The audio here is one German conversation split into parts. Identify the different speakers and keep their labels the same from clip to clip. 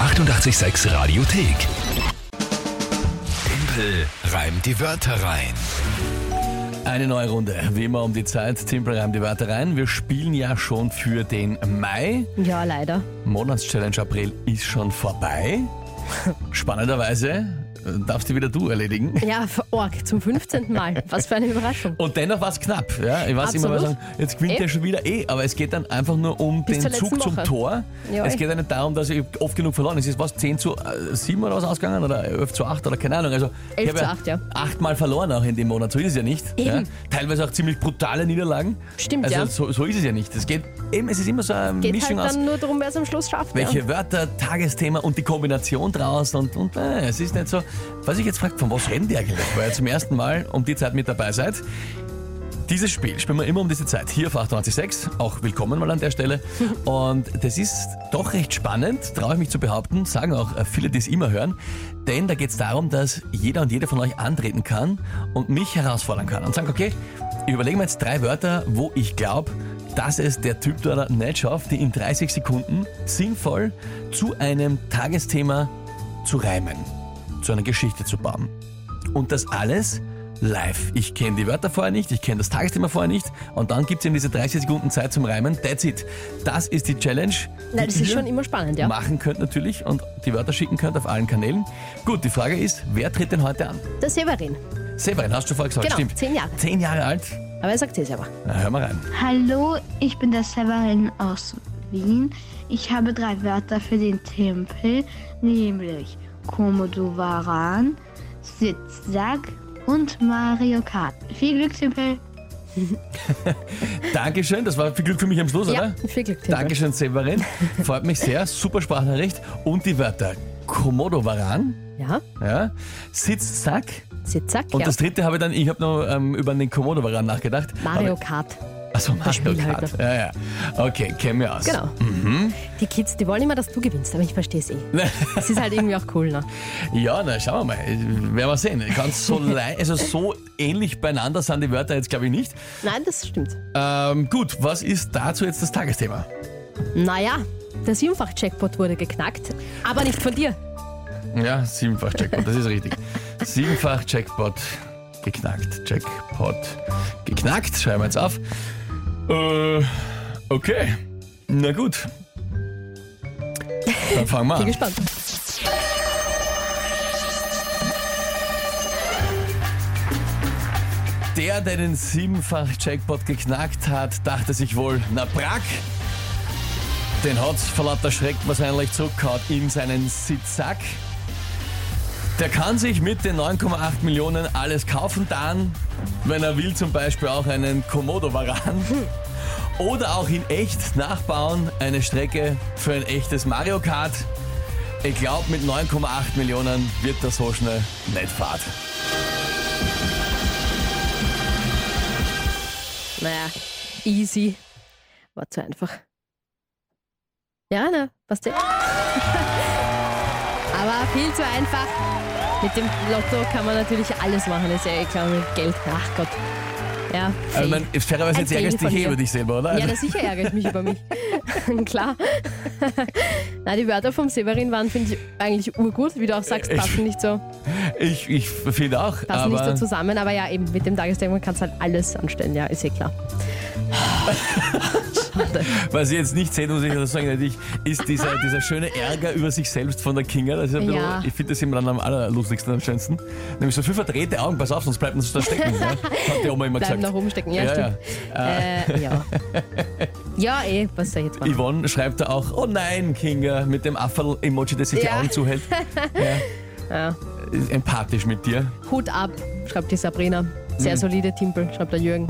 Speaker 1: 886 Radiothek. Tempel reimt die Wörter rein.
Speaker 2: Eine neue Runde, wie immer um die Zeit. Timpel reimt die Wörter rein. Wir spielen ja schon für den Mai.
Speaker 3: Ja, leider.
Speaker 2: Monatschallenge April ist schon vorbei. Spannenderweise äh, darfst du wieder du erledigen.
Speaker 3: Ja, für Org zum 15. Mal. Was für eine Überraschung.
Speaker 2: Und dennoch war es knapp. Ja? Ich weiß immer, was sagen,
Speaker 3: Absolut.
Speaker 2: jetzt gewinnt
Speaker 3: Eh.
Speaker 2: er schon wieder eh, aber es geht dann einfach nur um
Speaker 3: Bis
Speaker 2: den
Speaker 3: zur letzten
Speaker 2: Zug zum
Speaker 3: Woche.
Speaker 2: Tor.
Speaker 3: Ja,
Speaker 2: es
Speaker 3: eh.
Speaker 2: geht ja nicht darum, dass ich oft genug verloren Es ist was, 10 zu äh, 7 oder was ausgegangen oder 11 zu 8 oder keine Ahnung. Also,
Speaker 3: 11
Speaker 2: ich habe
Speaker 3: zu 8, ja.
Speaker 2: Achtmal verloren auch in dem Monat, so ist es ja nicht. Ja?
Speaker 3: Eben.
Speaker 2: Teilweise auch ziemlich brutale Niederlagen.
Speaker 3: Stimmt,
Speaker 2: also,
Speaker 3: ja.
Speaker 2: So, so ist es ja nicht. Es geht eben, es ist immer so eine
Speaker 3: Geht
Speaker 2: Mischung
Speaker 3: halt
Speaker 2: aus.
Speaker 3: dann nur darum, wer es am Schluss schafft.
Speaker 2: Welche
Speaker 3: Ja.
Speaker 2: Wörter, Tagesthema und die Kombination draus und, und äh, es ist nicht so. Was ich jetzt fragt, von was reden die eigentlich? Weil ihr zum ersten Mal um die Zeit mit dabei seid. Dieses Spiel spielen wir immer um diese Zeit hier auf 886. Auch willkommen mal an der Stelle. Und das ist doch recht spannend, traue ich mich zu behaupten, sagen auch äh, viele, die es immer hören. Denn da geht es darum, dass jeder und jede von euch antreten kann und mich herausfordern kann. Und sagen, okay, ich überlege mir jetzt drei Wörter, wo ich glaube, dass es der Typ da nicht schafft, die in 30 Sekunden sinnvoll zu einem Tagesthema zu reimen, zu einer Geschichte zu bauen. Und das alles live. Ich kenne die Wörter vorher nicht, ich kenne das Tagesthema vorher nicht und dann gibt es eben diese 30 Sekunden Zeit zum Reimen. That's it. Das ist die Challenge.
Speaker 3: Nein,
Speaker 2: die
Speaker 3: das ist
Speaker 2: ihr
Speaker 3: schon immer spannend, ja.
Speaker 2: machen könnt natürlich und die Wörter schicken könnt auf allen Kanälen. Gut, die Frage ist, wer tritt denn heute an?
Speaker 3: Der Severin.
Speaker 2: Severin, hast du vorher gesagt,
Speaker 3: Genau,
Speaker 2: stimmt.
Speaker 3: zehn Jahre.
Speaker 2: Zehn Jahre alt?
Speaker 3: Aber er sagt eh selber.
Speaker 2: Na, hör mal rein.
Speaker 4: Hallo, ich bin der Severin aus Wien. Ich habe drei Wörter für den Tempel, nämlich Komodowaran, Sitzsack und Mario Kart. Viel Glück, Tempel!
Speaker 2: Dankeschön, das war viel Glück für mich am Schluss,
Speaker 3: Ja,
Speaker 2: oder?
Speaker 3: viel Glück, Tim.
Speaker 2: Dankeschön, Severin. Freut mich sehr. Super Sprachnachricht. Und die Wörter Komodowaran,
Speaker 3: Ja,
Speaker 2: ja, Sitzsack.
Speaker 3: Sitzsack,
Speaker 2: Und
Speaker 3: ja.
Speaker 2: das dritte habe ich dann, ich habe noch ähm, über den Komodowaran nachgedacht.
Speaker 3: Mario
Speaker 2: Aber-
Speaker 3: Kart.
Speaker 2: Achso, Mario
Speaker 3: Spiel halt
Speaker 2: Kart. Ja, ja. Okay, kennen wir aus.
Speaker 3: Genau.
Speaker 2: Mhm.
Speaker 3: Die Kids, die wollen immer, dass du gewinnst, aber ich verstehe es eh. Es ist halt irgendwie auch cool, ne?
Speaker 2: Ja, na, schauen wir mal. Äh, Werden wir sehen. Ganz so, lei- also so ähnlich beieinander sind die Wörter jetzt, glaube ich, nicht.
Speaker 3: Nein, das stimmt.
Speaker 2: Ähm, gut, was ist dazu jetzt das Tagesthema?
Speaker 3: Naja, der Siebenfach-Jackpot wurde geknackt, aber nicht von dir.
Speaker 2: Ja, siebenfach Jackpot, das ist richtig. Siebenfach Jackpot geknackt. Jackpot geknackt, schreiben wir jetzt auf. Äh, okay. Na gut. Dann fangen wir
Speaker 3: Bin
Speaker 2: an.
Speaker 3: gespannt.
Speaker 2: Der, der den siebenfach Jackpot geknackt hat, dachte sich wohl, na Brack. Den hat's vor lauter Schreck wahrscheinlich zurückgehauen in seinen Sitzsack. Der kann sich mit den 9,8 Millionen alles kaufen, dann, wenn er will, zum Beispiel auch einen Komodo-Waran. Oder auch in echt nachbauen, eine Strecke für ein echtes Mario Kart. Ich glaube, mit 9,8 Millionen wird das so schnell nicht fad.
Speaker 3: Naja, easy. War zu einfach. Ja, ne? Passt eh. Aber viel zu einfach. Mit dem Lotto kann man natürlich alles machen, ist ja eh klar mit Geld. Ach Gott. Ja,
Speaker 2: Also, ich
Speaker 3: fail.
Speaker 2: mein, fairerweise,
Speaker 3: Ein
Speaker 2: jetzt
Speaker 3: Fail
Speaker 2: ärgerst du
Speaker 3: von
Speaker 2: dich eh
Speaker 3: mir.
Speaker 2: über dich selber, oder?
Speaker 3: ja, das sicher ärgere ich mich über mich. klar. Na, die Wörter vom Severin waren, finde ich, eigentlich urgut, wie du auch sagst,
Speaker 2: Ich-
Speaker 3: passen nicht so,
Speaker 2: Ich, ich finde auch.
Speaker 3: passen
Speaker 2: aber
Speaker 3: nicht so zusammen. Aber ja, eben mit dem Tagesthema kannst du halt alles anstellen, ja, ist eh klar.
Speaker 2: was ihr jetzt nicht seht, muss ich das sagen, natürlich, ist dieser, dieser schöne Ärger über sich selbst von der Kinga. Das ist ein bisschen,
Speaker 3: Ja.
Speaker 2: Ich finde das immer dann am allerlustigsten, am schönsten. Nämlich so viel verdrehte Augen, pass auf, sonst bleibt uns da stecken. ja? Hat die Oma immer
Speaker 3: Bleiben
Speaker 2: gesagt.
Speaker 3: nach oben stecken, ja,
Speaker 2: Ja,
Speaker 3: stimmt. Äh, ja. ja, eh, was soll ich jetzt machen?
Speaker 2: Yvonne schreibt da auch, oh nein, Kinga, mit dem Affel-Emoji, das sich die
Speaker 3: Ja.
Speaker 2: Augen zuhält.
Speaker 3: Ja.
Speaker 2: Ist Empathisch mit dir.
Speaker 3: Hut ab, schreibt die Sabrina. Sehr solide Timpel, schreibt der Jürgen.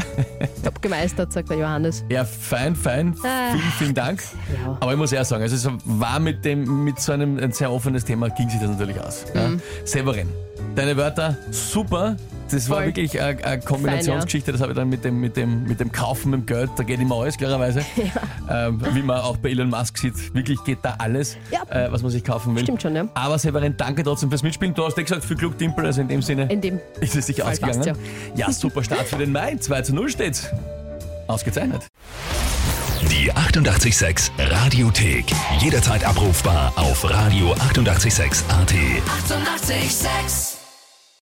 Speaker 3: Top gemeistert, sagt der Johannes.
Speaker 2: Ja, fein, fein.
Speaker 3: Ah.
Speaker 2: Vielen, vielen Dank.
Speaker 3: Ja.
Speaker 2: Aber ich muss eher sagen, also es war mit, dem, mit so einem ein sehr offenes Thema, ging sich das natürlich aus. Ja.
Speaker 3: Mhm.
Speaker 2: Severin, deine Wörter, super. Das war
Speaker 3: Voll.
Speaker 2: wirklich eine, eine Kombinationsgeschichte, das habe ich dann mit dem, mit, dem, mit dem Kaufen, mit dem Geld, da geht immer alles, klarerweise. Ähm, wie man auch bei Elon Musk sieht, wirklich geht da alles,
Speaker 3: Ja.
Speaker 2: äh, was man sich kaufen will.
Speaker 3: Stimmt schon, ja.
Speaker 2: Aber Severin, danke trotzdem fürs Mitspielen. Du hast ja gesagt, viel Glück, Dimple, also in dem Sinne
Speaker 3: In dem.
Speaker 2: ist es sich
Speaker 3: Fall passt,
Speaker 2: ausgegangen. Ja. super Start für den Mai, 2 zu 0 steht's. Ausgezeichnet.
Speaker 1: Die 886 Radiothek. Jederzeit abrufbar auf radio886.at. 886!
Speaker 5: 886